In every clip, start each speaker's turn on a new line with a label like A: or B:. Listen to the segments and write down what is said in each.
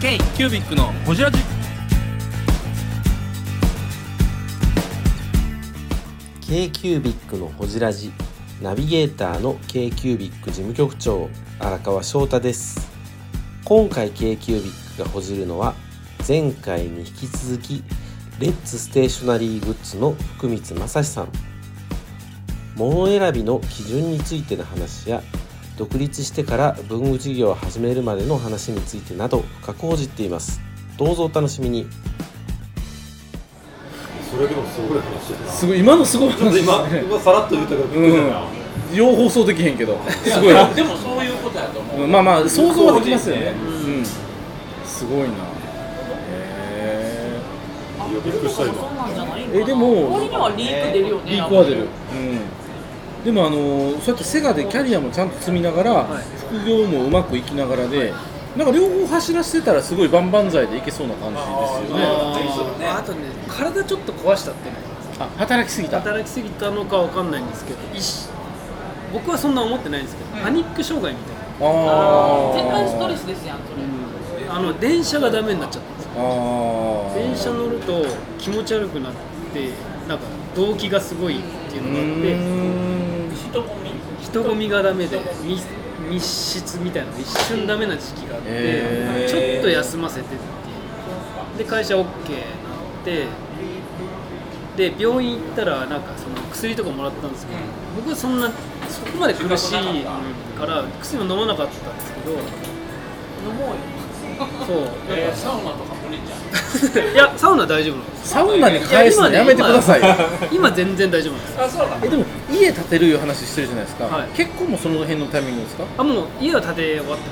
A: K キュービックのホジラジ
B: ー k q b i c のほじラジナビゲーターの k q b i c 事務局長荒川翔太です今回 k q b i c がほじるのは前回に引き続きレッツステーショナリーグッズの福光正史さん物選びの基準についての話や独立してから文具事業を始めるまでの話についてなど深く報じっていますどうぞお楽しみに
C: それでもすごい話してた
A: すごい今のすごい
C: ちょっと今、今さらっと言ったけど、びっくりしたな
A: よう放送できへんけどすごい
D: でもそういうことやと思う、
A: まあまあ想像はできますよね、
D: う
A: うん、すごいなへ
C: いやびっくりした今
D: そうなんじゃないんかな
A: えでも
D: これにはリーク出るよ
A: え
D: ね
A: リークは出る、うん、でもあのーそうやってセガでキャリアもちゃんと積みながら、副業もうまくいきながらでなんか両方走らせてたらすごい万々歳でいけそうな感じですよね
E: あーあとね体ちょっと壊したってね
A: あ働きすぎた
E: 働きすぎたのかわかんないんですけど一僕はそんな思ってないんですけど、パニック障害みたいな
A: あー
D: 絶対ストレスですやんそれ、
E: あの電車がダメになっちゃったんですよ
A: あー
E: 電車乗ると気持ち悪くなってなんか動悸がすごいってい
A: う
E: うのがあっ
A: ーん
D: 人混み
E: て人混みがダメで密密室みたいなのが一瞬ダメな時期があって、
A: へー
E: ちょっと休ませてっていうで会社 OK になってで病院行ったらなんかその薬とかもらったんですけど、僕はそんなそこまで苦しいから薬も飲まなかったんですけど
D: 飲もうよ
E: そう
D: えーサウナとか無理じゃん
E: なんか いやサウナ大丈夫なんです
A: サウナに返すのやめてくださ いよ
E: 今全然大丈夫なんです
D: あそうなの
A: えでも家建てるいう話してるじゃないですか、
E: はい
A: 結婚もその辺のタイミングですか
E: あもう家は建て終わって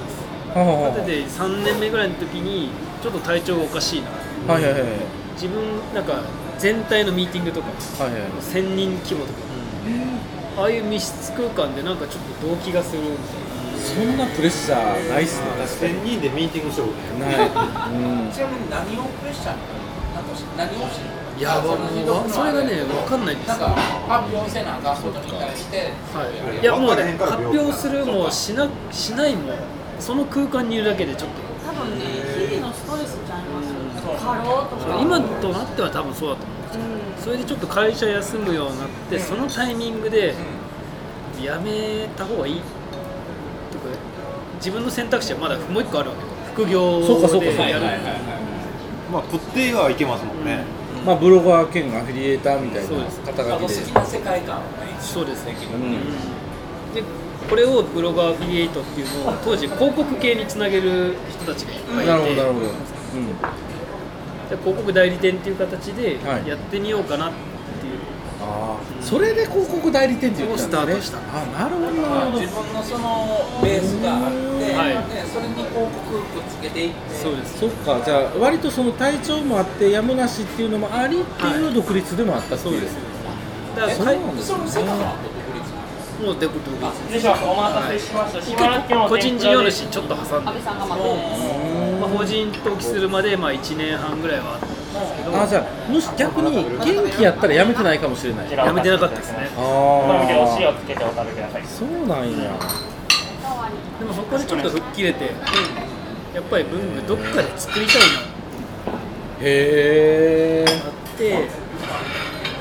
E: ます
A: は
E: 建てて3年目ぐらいの時にちょっと体調がおかしいな
A: はいはいはいはい
E: 自分なんか全体のミーティングとか
A: はいはい
E: 1000人規模とか、ああいう密室空間でなんかちょっと動悸がするみたい
A: そんなプレッシャーないっすね
C: 1000人でミーティングしたことない
A: ない、うん、
D: ちなみに何をプレッシャーになんかし何をしてる
E: なやばもうそれがね分かんないんですよ
D: なんか発表せなあかんことに対して
E: はい、いや
C: 分
E: もう
C: からへ
E: ね
C: んから
E: 発
C: 病気
E: 表するもしなしないもその空間にいるだけでちょっと
F: 多分ね、日々のストレスちゃいますよね。過労とか。
E: 今となっては多分そうだと思うんですよそれでちょっと会社休むようになってそのタイミングでやめた方がいいとか自分の選択肢はまだもう一個あるわけよ副業
A: そうかそうかそうか
E: でやる
C: まあ食ってはいけますもんね、
A: まあブロガー兼アフィリエーターみたいな
E: そうです
A: 肩
D: あ
A: 書
D: の
A: きで
D: 好きな世界観をね
E: そうですね
A: うん
E: でこれをブロガーフィリエイトっていうのを当時広告系につなげる人たちがいっぱいいて
A: なるほどなるほど、
E: で広告代理店っていう形で
A: はい
E: やってみようかなっていう、
A: ああそれで広告代理店って言ってたんです
E: そ
A: ね
E: うス
A: あなるほどなるほど
D: 自分のそのベースがあって、
E: はい
D: ね、それに広告くっつけていって
E: そうです
A: そっかじゃあ割とその体調もあってやむなしっていうのもありっていう独立でもあったって
E: そう
A: いう、
E: ですだから
A: そう
E: かい
A: なんです
D: そ
A: ね
D: れもセカンドと独立
E: もうデコ独立
G: でしょお待たせしました。島根県を
E: 個
G: 天
E: 人
G: ぷ
E: 事
G: ら
E: 業
G: で
E: 主ちょっと挟んで
F: 安、倍さんが待ってね。
E: まあ、法人登記するまでまあ1年半ぐらいはあったんですけど
A: あじゃあもし逆に元気やったらやめてないかもしれないあ
E: やめてなかったですね
A: あ
G: お好みでお
A: ー
G: 塩つけてお食べください。
A: そうなんや
E: でもそこでちょっと吹っ切れてやっぱり文具どっかで作りたい
A: へえ
E: なってなって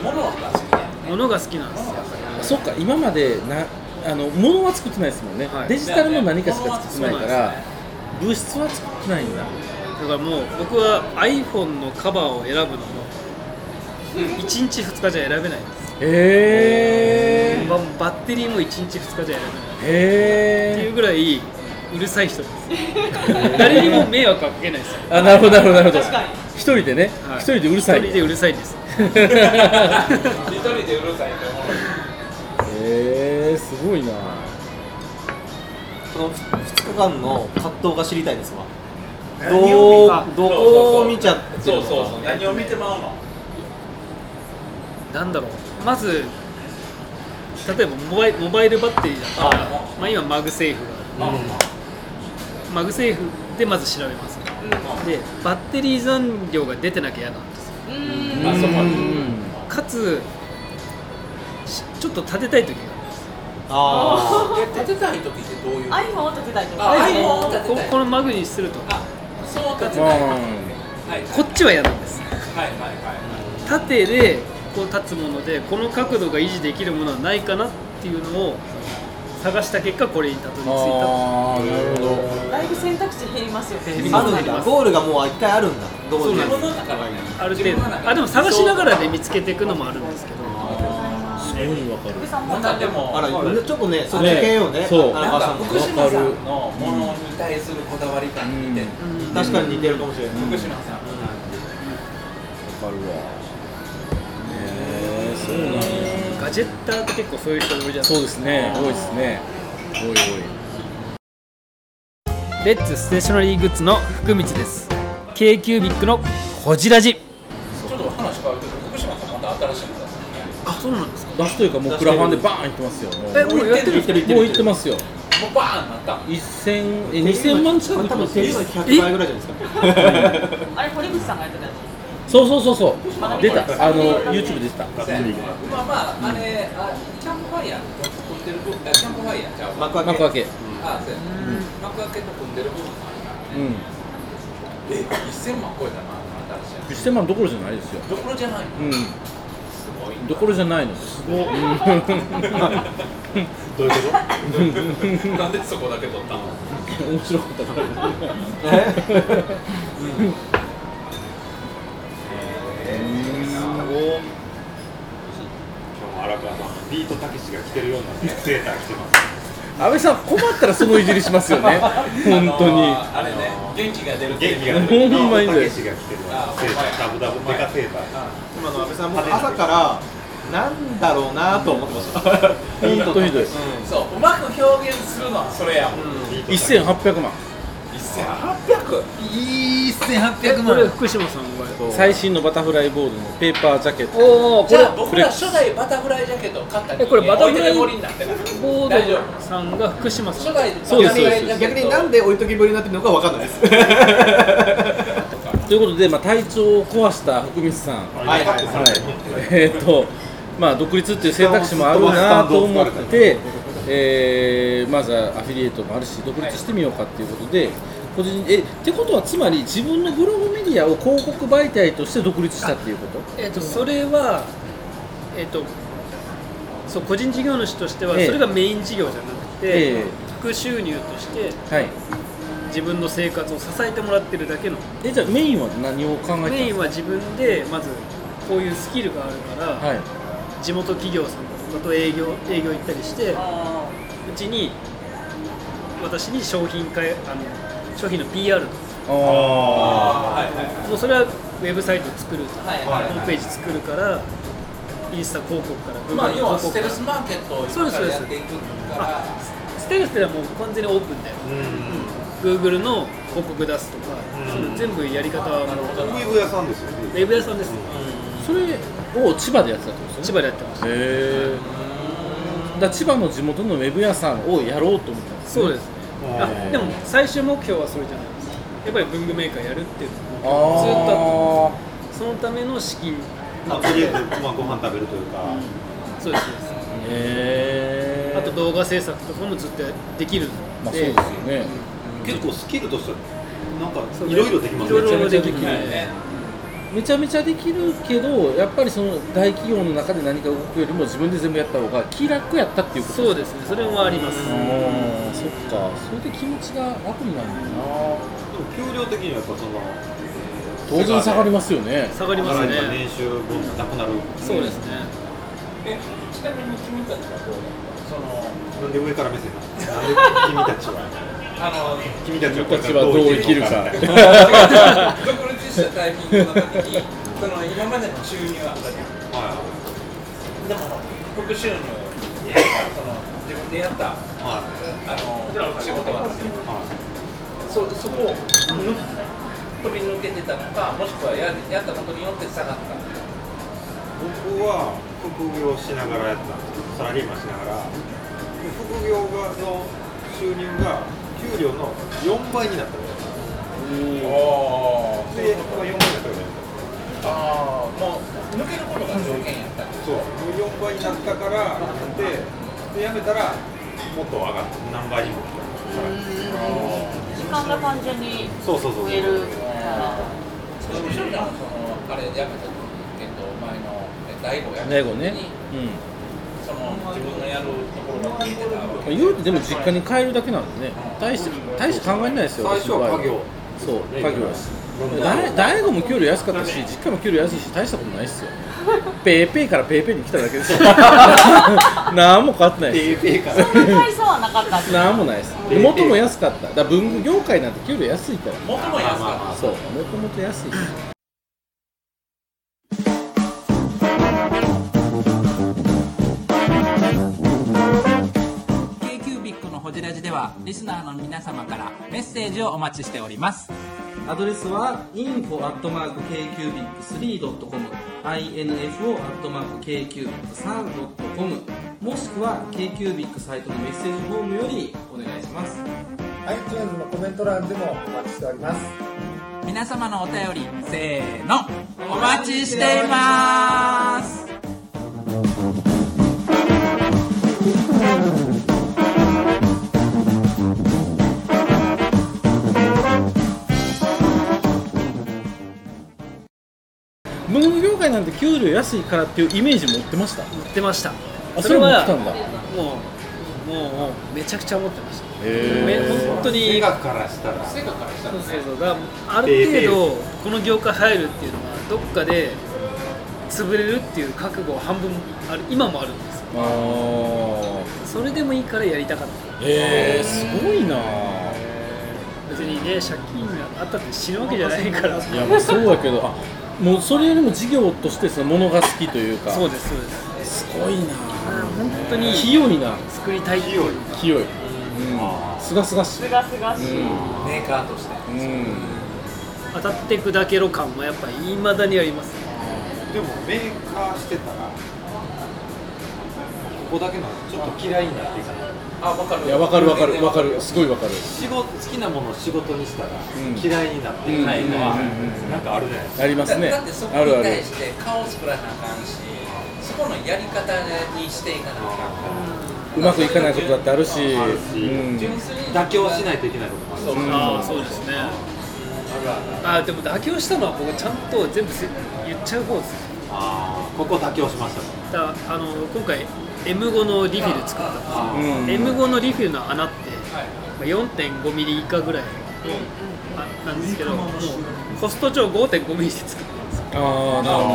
D: 物が好きや
E: 物が好きなんですよ
A: そっか今までなあの物は作ってないですもんね、
E: はい
A: デジタルの何かしか作ってないから、
E: そうなんで
A: 物質は作ってないんだ
E: だからもう僕は iPhone のカバーを選ぶのも1日2日じゃ選べないです
A: へ
E: ババッテリーも1日2日じゃ選べない
A: え
E: ってい
A: へ
E: うぐらいうるさい人です誰にも迷惑はかけないですよ
A: えあなるほどなるほどなるほど一人でね一、
E: は
A: 人
E: い
A: でうるさい
E: 一 人でうるさいです
D: 一人でうるさいって思う
A: へえすごいな
H: この2日間の葛藤が知りたいですわどうどこを見ちゃって
D: そ
H: る
D: う
H: の
D: そうそう何を見てまうの
E: なんだろうまず例えばモバイモバイルバッテリーだったら、まあ、今マグセーフがある、マグセーフでまず調べます、でバッテリー残量が出てなきゃ嫌なんですよ
A: あそ
E: かつしちょっと立てたい時が
H: あ
D: え立てたい時ってどういう
F: iPhone を立てたりとか。
D: あ iPhone を立て
E: こ
D: たい
E: このマグにすると
D: あそう立
A: う
D: ちない。はい
A: ん
D: はい
E: こっちは嫌なんです
D: はいはい
E: 縦でこう立つものでこの角度が維持できるものはないかなっていうのを探した結果これにたどり着いた
A: ああなるほど
F: だいぶ選択肢減りますよね
E: 減り
H: あ
E: ます
H: るんだゴールがもう一回あるんだど
E: そう
H: う
E: な
H: で
E: んで
D: 自分の中はね
E: ある程度あでも探しながらで見つけていくのもあるんですけど
A: すごいわかる
F: 福さんも
D: なんかでも
H: あらちょっとねそっち
A: ね
H: 系よね
A: そう
H: 荒
D: な
H: 川
D: んか
H: さんも
D: 福
H: ね
D: 島さんのものに対するこだわり感って
H: 確かに似てるかもしれない
D: 福島さん
A: わかるわへえそうなんですね
E: ガジェッターって結構そういう人多いじゃない
A: そうですね多いですね多い多い
E: レッツステーショナリーグッズの福光です k キュービックのこじらじ
D: ちょっと話変わるけど福島さんまた新しいの出す
E: あそうなんですか
A: 出すというかもうクラファンでバーンいってますよもう
E: えもうやってる
A: もういってますよ
D: もうバーンなった
A: 1000え2000万近くいって
H: 多分
A: ますよ
H: 手数100倍ぐらいじゃないですか
F: あれ堀口さんがやってたやつ
A: そうそうそうそう出たあの YouTube で出た
D: まあまああれあキャンプファイヤーと組んでる分あキャンプファイヤーちゃう
H: 幕開
A: 幕
H: け
A: 開け
D: あそうや幕開けと組んでる分もあるから
A: うん
D: え1000万超えたな新しい
A: 1000万どころじゃないですよ
D: どころじゃないの
A: う
D: すごい
A: んどころじゃないのすごい
C: どういうこと
D: なんでそこだけ取ったの
A: 面白かったから
C: 今日も荒川さんビートたけしが着てる ようなセーター着てます
A: 安倍さん困ったらそのいじりしますよね本当に
D: あのーあれね元気が出るっていう
C: 元気が
A: ほんまにね
C: たけしが着てるようなセーターダブダブメカセーター
H: 今の安倍さんも朝からなんだろうなと思ってま した
A: 本当ひどい
D: そううまく表現するのはそれやもん
A: 1800万
D: 1800 1800
E: これ福島さんが
A: 最新のバタフライボードのペーパージャケット
E: おおこ
D: じ
E: れ
D: ゃあ僕ら初代バタフライジャケットを買った
E: えこれバタフライ
D: ボリになってない
E: ボ
D: 大丈
E: ー
D: 夫
E: ドさんが福島さ
D: 初
E: ん
D: 代
A: そうです
D: バタフライジャケット
H: 逆になんで置いときぶりになってるのかわかん ないです
A: ということで、まあ、体調を壊した福光さん、はい
H: はいはい
A: えーっとまあ、独立っていう選択肢もあるなと思って、えーまずはアフィリエイトもあるし独立してみようかっていうことで個人えってことはつまり自分のブログメディアを広告媒体として独立したっていうこと
E: えっとそれはえっとそう個人事業主としてはそ
A: ええ
E: れがメイン事業じゃなく
A: え
E: て
A: え
E: 副収入として
A: はい
E: 自分の生活を支えてもらってるだけの
A: えじゃあメインは何を考えてたんですか
E: メインは自分でまずこういうスキルがあるから、
A: はい
E: 地元企業さんとかと営業営業行ったりしてうちに私に商品開あの商品の PR とか
A: あ
D: はいはい
E: もうそれはウェブサイト作る、
D: はい
E: ホームページ作るからインスタ広告から
D: まあ
E: Google
D: 要は
E: の
D: ス
E: 広
D: テル
E: 告
D: ス
E: か
D: マーケットを
E: そうです
D: 今か
E: そう
D: ら
E: です
D: やっていくから
E: らステルスってのはもう完全にオープンで Google の広告出すとか、その全部やり方はもう
C: ウェブ屋さんですよ
E: ウェブ屋さんです、
A: あそれを千葉でやってたってことです
E: 千
A: ね
E: 葉でやってました
A: へえだから千葉の地元のウェブ屋さんをやろうと思ったんです
E: そうですね
C: うん
E: あでも最終目標はそれじゃないですやっぱり文具メーカーやるっていうの
A: あ
E: もずっとあっ
A: あ
E: たそのための資金
C: まあとりあえずまあご飯食べるというか
E: そうですそうです
A: へえ
E: あと動画制作とかもずっとできる
A: ま
E: の
A: あそうで
E: です
A: よね
C: 結構スキルとしてはなんか
E: そう
C: いろいろできます
E: いろいろできる
A: めちゃめちゃできる
E: ね
A: めちゃめちゃできるけどやっぱりその大企業の中で何か動くよりも自分で全部やった方が気楽やったっていうこと
E: そうですねそれもあります
A: あーそっかそれで気持ちが楽になるんだな
C: でも給料的にはやっぱその
A: 当然下がりますよね
E: 下がります
C: やっぱ
E: ね
C: 年収分なくなる
E: そうですね
D: えちなみに君たちはどうだったその
C: なんで上から目線なんで 君たちは
D: あの
C: 君たちは
A: 僕た
C: これか
A: ち
C: ら
A: はどう生きる
C: の
A: か
C: みたいな
D: 独立したタイミングの時にその今までの収入はあったじゃん
C: は
D: でも副収入っていうかその自分でやった
C: いは
D: あの仕事があって
C: いはい
D: そそこを取り抜けてたのかもしくはややったことによって下がった
C: 僕は副業しながらやってたんですけどサラリーマンしながらで副業がの収入が給料の4倍になったぐらいですで僕は4倍になったぐらいです
D: おーああもう抜けることが条件やった
C: そうもう4倍になったからでで辞めたらもっと上がって何倍にも来た
F: 時間が完全に
C: そうそうそうそう
F: 増えるから
D: 面白いのはそのあれやめた時えっと前のえ大悟や
A: 大
D: めた時
A: 悟
D: に、
A: ね、うん
D: その自分のやるところが見えてたわけ
A: 言うてでも実家に帰るだけなんでね大して大して考えないですよ
C: 最初は
A: 私の場合
C: 家業
A: そう家業やし
C: うん
A: だい大悟も給料安かったし実家も給料安いし大したことないっすよペーペーからペーペーに来ただけですよなんも変わってないです
C: ペーから
F: そんな大差はなかったです
A: なんもないです元も安かっただから文具業界なんて給料安いから
D: 元も安かっ
A: そうもともと安いです
D: た KQBIC のほじラジではリスナーの皆様からメッセージをお待ちしております
B: アドレスは info.kcubic3.com info.kcubic3.com もしくは KQBIC サイトのメッセージフォームよりお願いします
I: iTunes のコメント欄でもお待ちしております
D: 皆様のお便りせーのお待ちしています
A: 文具業界なんて給料安いからっていうイメージ持ってました
E: 売ってました
A: あ
E: それは
A: それも来たんだ
E: もうもうもうめちゃくちゃ思ってました
A: へ
E: め本当に
C: 性格からしたら
D: せっかくからした
E: そう
D: ら
E: そう
D: ね
E: そうだからある程度この業界入るっていうのはどっかで潰れるっていう覚悟は半分ある今もあるんですよ
A: あー
E: それでもいいからやりたかった
A: えー、すごいなあ
E: 別にね借金があったって死ぬわけじゃないから
A: いやまあそうだけどあもうそれよりも事業としてそのものが好きというか
E: そうですそうです
A: すごいな
E: 本当に
A: 器用にな
E: 作りたいっていう
A: 器用いすがすがしい
F: すがすがしい、
D: メーカーとし
A: う
D: て
A: ん
E: 当たって砕けろ感もやっぱいまだにあります
C: でもメーカーしてたらここだけのちょっと嫌いになっていかない
D: あ分かる
A: いやわかるわかるわかるすごいわかる
C: 仕事好きなものを仕事にしたら
A: ん
C: 嫌いになっていかないのはなんかあるじゃないですか
A: ありますね
D: だだってそこ
A: あ
D: に
A: るある
D: 対して顔作らなあかんしそこのやり方にしていかなあか
A: う
D: ん
A: まくいかないことだってあるし
C: あるし
A: うん
D: 純粋に
C: 妥協しないといけないこともあるし
E: あ
D: そう
E: あそうですねあでも妥協したのは僕ちゃんと全部せ言っちゃう方です
C: あーここ妥協しましたも
E: だあの今回 M5 のリフィル作ったんですよ
A: うん
E: M5 のリフィルの穴って、まあ、4.5ミリ以下ぐらいあなんですけど、もうコスト上5.5ミリで作ってます、
A: ああなるほ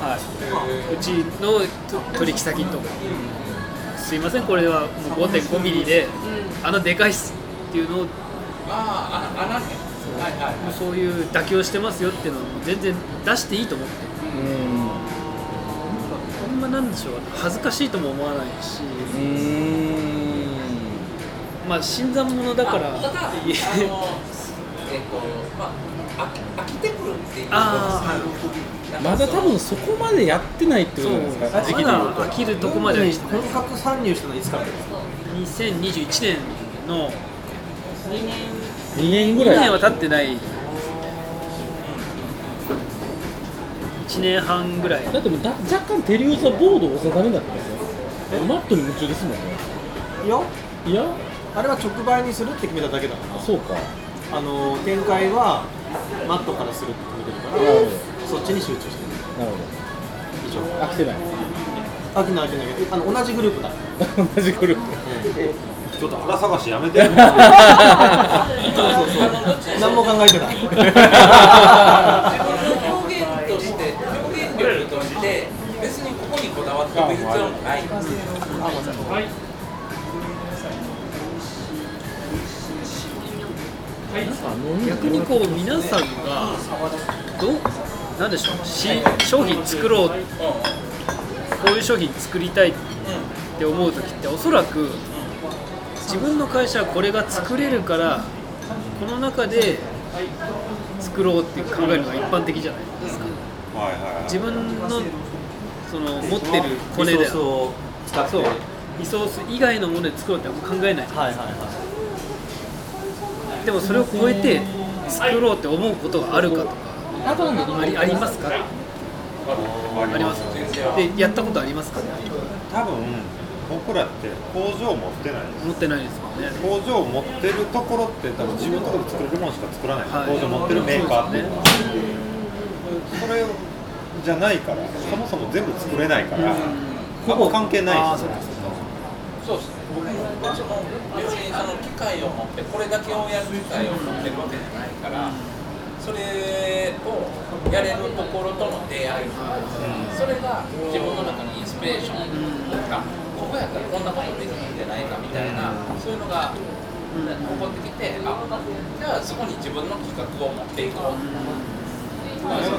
E: はい、うちのと取引先とか、すいません、これはもう5.5ミリで、穴でかいっすっていうのを、も
D: ああ穴ねはいはいう
E: そういう妥協してますよっていうのを全然出していいと思って、
A: どうん
E: ほんまなんでしょう、恥ずかしいとも思わないし、
A: うーん
E: まあ、新参者だから、
D: あただあのえっとまあ飽き飽きてくるっていうことですね
E: あーはい
D: なんか
A: まだ多分そこまでやってないってこ
E: そ
A: と
E: う
A: なんです
E: ま
A: か
E: だ
A: 時期で言うと
E: 飽きるとこまではしてない
H: 本格参入したのはいつからですか
E: 2021年の
F: 2年
A: 2年ぐ
E: 2
A: ら
E: 年
A: い
E: は経ってない1年半ぐらい
A: だってもうだ若干テリウスはボードを押さダメだったんですよマットに夢中ですもんね
H: いや
A: いや
H: あれは直売にするって決めただけだから
A: あそうか
H: あの展開はマットからするって決めてるから、
A: なるほ
H: そっちに集中してる
A: どなる
H: 以上
A: ほど飽きてない
H: あきないきないあの同じグループだ
A: 同じグルー
C: ちょっと腹探しや めてそう
H: そうそう何も考えてない
D: 自分の表現として表現力として別にここにこだわっていく必要もない
E: 逆にこう皆さんがどうなんでしょうし商品作ろうこういう商品作りたいって思う時っておそらく自分の会社はこれが作れるからこの中で作ろうって考えるのが一般的じゃないですか
C: はいはい
E: 自分のその持ってるコネ
H: リソー
E: で
H: スを使って
E: そう
H: はい
E: リソース以外のもので作ろうってあんま考えない
H: はいは
E: でもそれを超えて作ろうって思うことがあるかとかありありますかありますでやったことありますか
C: 多分僕らって工場持ってないです
E: 持ってないですもんね
C: 工場持ってるところって多分自分のところで作れるものしか作らない、
E: はい
C: 工場持ってるメーカーっていうのは
E: そう
C: それじゃないからそもそも全部作れないから、
H: ほ
C: ほ
H: ぼ
C: ぼ関係ないですよね
D: そうですね。僕も別にその機械を持ってこれだけをやる機械を持ってるわけじゃないから、それをやれるところとの出会い、それが自分の中のインスピレーションとか、ここやったらこんなことできるんじゃないかみたいな、そういうのが。起こってきて、あ、じゃあそこに自分の企画を持っていこう。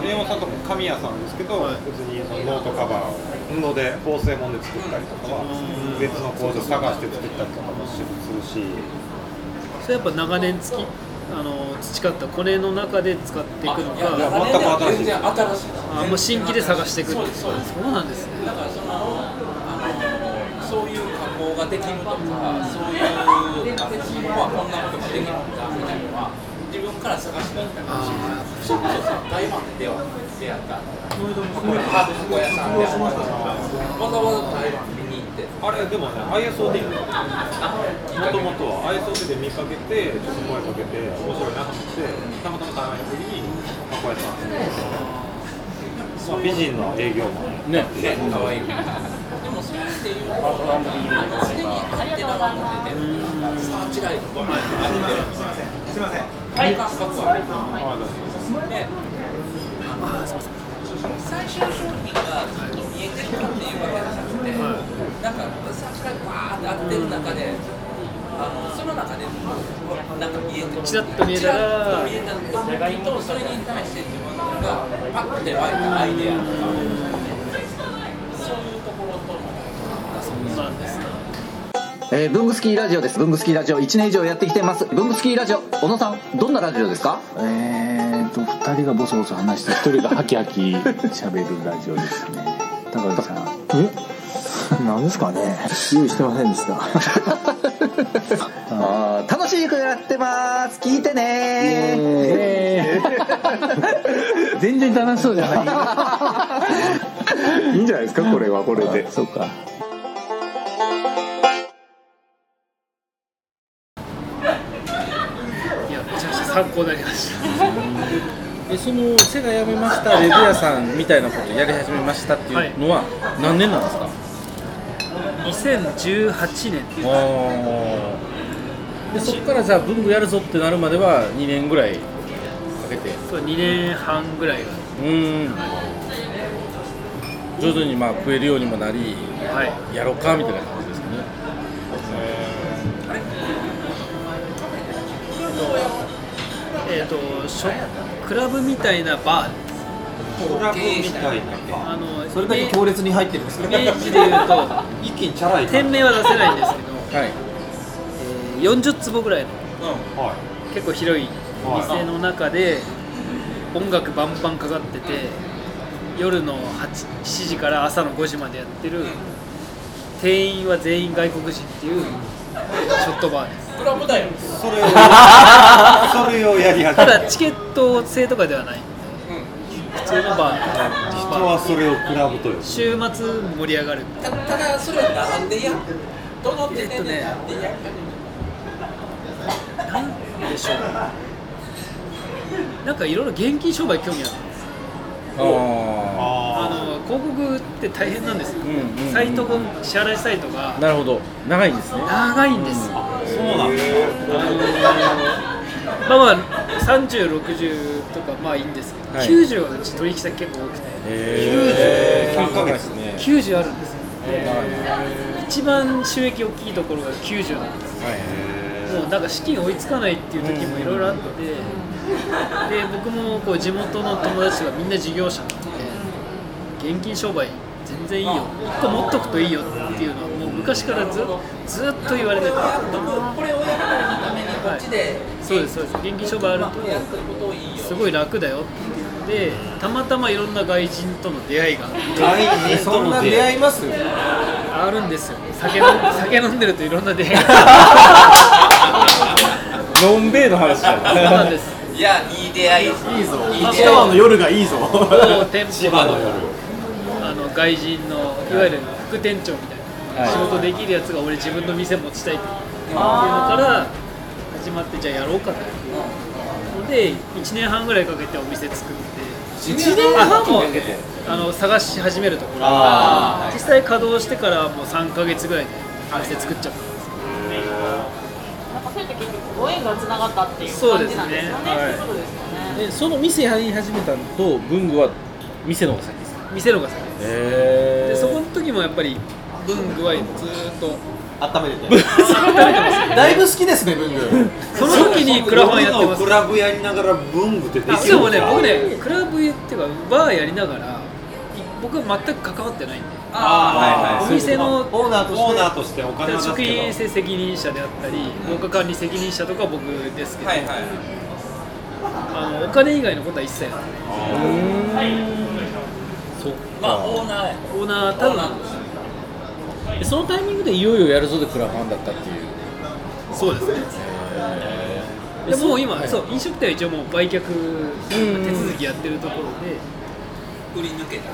C: 宮本さんと神谷さんですけど、別にそのノートカバーを布で縫製物で作ったりとかは、別の工場探して作ったりとかもするし、
E: それやっぱ長年つきあの培ったコネの中で使っていくの
D: いやいや
E: か
C: 全く新しい
D: 全然新しいです
E: あもう新規で探していくって
D: そ
E: こ
D: う
E: と
D: で
E: ですす
D: そうです
E: そうなんですね
D: だからそのあのそういう加工ができるとかそういうあここはこんなことができるんだみたいなのは自分から探してみたりし
E: あ
D: そうそうそう台湾では出会ったこれハーブ小屋さんで会ったわざわざ台湾見に行って
C: あれ、でもね、ISOD もともとは ISOD で見かけて、ちょっと声かけて、面白いなと思って、たまたま台湾行く時に、まあ、こうやってたんですよまあ美人の営業マン。
A: ね
D: 可愛いでもそういうっていうのはなんかすでにアンテナが持っててサーチライトがあってすいません体感覚はあるで最終商品がずっと見えてるかっていうわけじゃなくて、なんか最初からわーって合ってる中で、あのその中でなんか見えてる
E: ちらっと見えたら
D: ちっと見えた時とそれに対して自分がパッて湧いたアイデアとか、そういうところとも。
E: そうなんですね
J: えー、ブングスキーラジオです。ブングスキーラジオ1年以上やってきてます。ブングスキーラジオ、小野さん、どんなラジオですかえーと、2人がボソボソ話して、1人がハキハキ喋るラジオですね。高橋さん。えなんですかね用意してませんで した。あー楽しくやってます聞いてね 全然楽しそうじゃ ない。いいんじゃないですかこれはこれで。そうか。
E: いやめちゃくちゃ参考になりました
A: えその背が辞めましたレディアさんみたいなことやり始めましたっていうのは何年なんですか、
E: 2018年
A: あーでそこからじゃあ文具やるぞってなるまでは2年ぐらいかけて
E: そう2年半ぐらいが
A: うーん徐々にまあ増えるようにもなり
E: はい
A: やろうかみたいな感じですかね
E: えっ、とショクラブみたいなバー
C: クラブみたいな。
E: あの
H: それだけ強烈に入ってるんです
E: イ
H: ね
E: メージで言うと
C: 一気にチャラい
E: 店
C: 感じ。
E: 名は出せないんですけど、
A: はい
E: えー40坪ぐらいの
C: はい。
E: 結構広い店の中で音楽バンバンかかってて夜の8 7時から朝の5時までやってる店員は全員外国人っていうショットバーです
D: クラブだよ。
C: それを それをやり始
E: た
C: めた
E: だチケット制とかではないんで普通のバー
C: 人
E: ま
C: は
E: あ
C: それをクラブと呼ぶ
E: 週末盛り上がる
D: たただそれはなんでやどの手でねなんでや
E: なんでしょうなんかいろいろ現金商売興味ある
A: あ
E: あ
C: あ
E: の広告って大変なんですよ、
A: んうんうん
E: サイトが支払いサイトが
A: あなるほど長いんですね
E: 長いんです、
C: あそうなんだ
E: まあまあ3060とかまあいいんですけど、
A: はい
E: 90はうち取引先結構多くて
A: へー
C: 90
A: 長いですね
E: 90あるんですよ、一番収益大きいところが90なんです
A: はい
E: もうなんか資金追いつかないっていう時もいろいろあって、で僕もこう地元の友達がみんな事業者なんで現金商売全然いいよ1個持っとくといいよっていうのはもう昔からずずっと言われてた
D: っとくこれをやるためにこっちで
E: そうですそうです現金商売あると
D: やってることをいいよ
E: すごい楽だよっていうのでたまたまいろんな外人との出会いが
H: 外人との出会います
E: あるんですよ酒飲ん酒飲んでるといろんな出会い が
A: のんべえの話だ
E: そうなんです
D: いやいい出会いいいぞいい出
H: 千葉
D: 会い
H: の夜がいいぞ
E: 某店舗のあの外人のいわゆる副店長みたいな
A: はい
E: 仕事できるやつが俺自分の店持ちたいっていうのから始まってじゃあやろうかとので1年半ぐらいかけてお店作って
A: 1年半も
E: ああの探し始めるところ
A: あー
E: 実際稼働してからもう3か月ぐらいでお店作っちゃったんです
F: なんかそうやって結局ご縁がつながったっていう感じなんです
A: そ
F: よね。
A: う
F: そ
A: です
F: う
A: ね
F: いうことですよね。
A: でその店やり始めたのと文具は店の方が先ですか
E: 店の方が先です
A: へ
E: でそこの時もやっぱり文具はずーっと
H: 温めててだいぶ好きですね文具
E: その時にクラファンやってます
C: クラブやりながら文具ってでき
E: で
C: る
E: もね僕ねクラブっていうかバーやりながら僕は全く関わってないんで
C: ああはいはい
E: お店の
H: オーナーと
C: オー
H: し
C: ナ
H: て
C: ーとしてお金を出す
E: 職員
C: け
E: 生責任者であったり農家管理責任者とか僕ですけど、
D: はいはい
E: あのお金以外のことは一切やってない
D: まあオーナーや
E: オーナー多
D: オーナ
E: 分
D: ーとして
A: でそのタイミングでいよいよやるぞでクラファンだったっていう
E: そうですねでもう今、
A: はい
E: そう飲食店は一応もう売却手続きやってるところで
D: 振り抜けた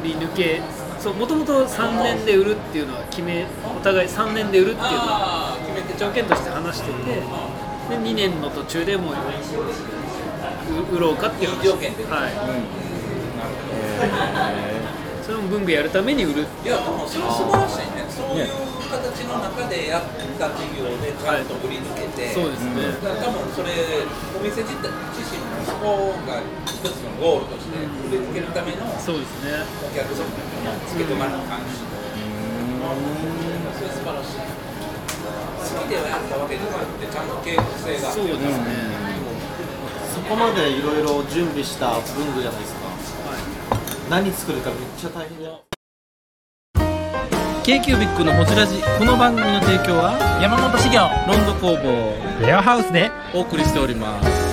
E: 売り抜けそうもともと3年で売るっていうのは決めお互い3年で売るっていうのは
D: ああ決めてちょ
E: 条件として話しててで2年の途中でもうう売ろうかっていう話
D: いい条件で
E: はい、それも文具やるために売る
D: いやでもそれは素晴らしいねそういう形の中でやった事業でちゃんと振り抜けて、
E: そうですね、
D: だから多分それお店自体自身もそこが一つのゴールとして売り抜けるためのお客
E: そうですね
D: 様につけてもらう感じそれは素晴らしい好きではやったわけじゃなくてちゃんと計画性があって
E: そうですね、
H: そこまでいろいろ準備した文具じゃないですか何作るかめっちゃ大変だよ
B: k イキュービックのホジラジこの番組の提供は山本資源ロンド工房
G: レアハウスで
B: お送りしております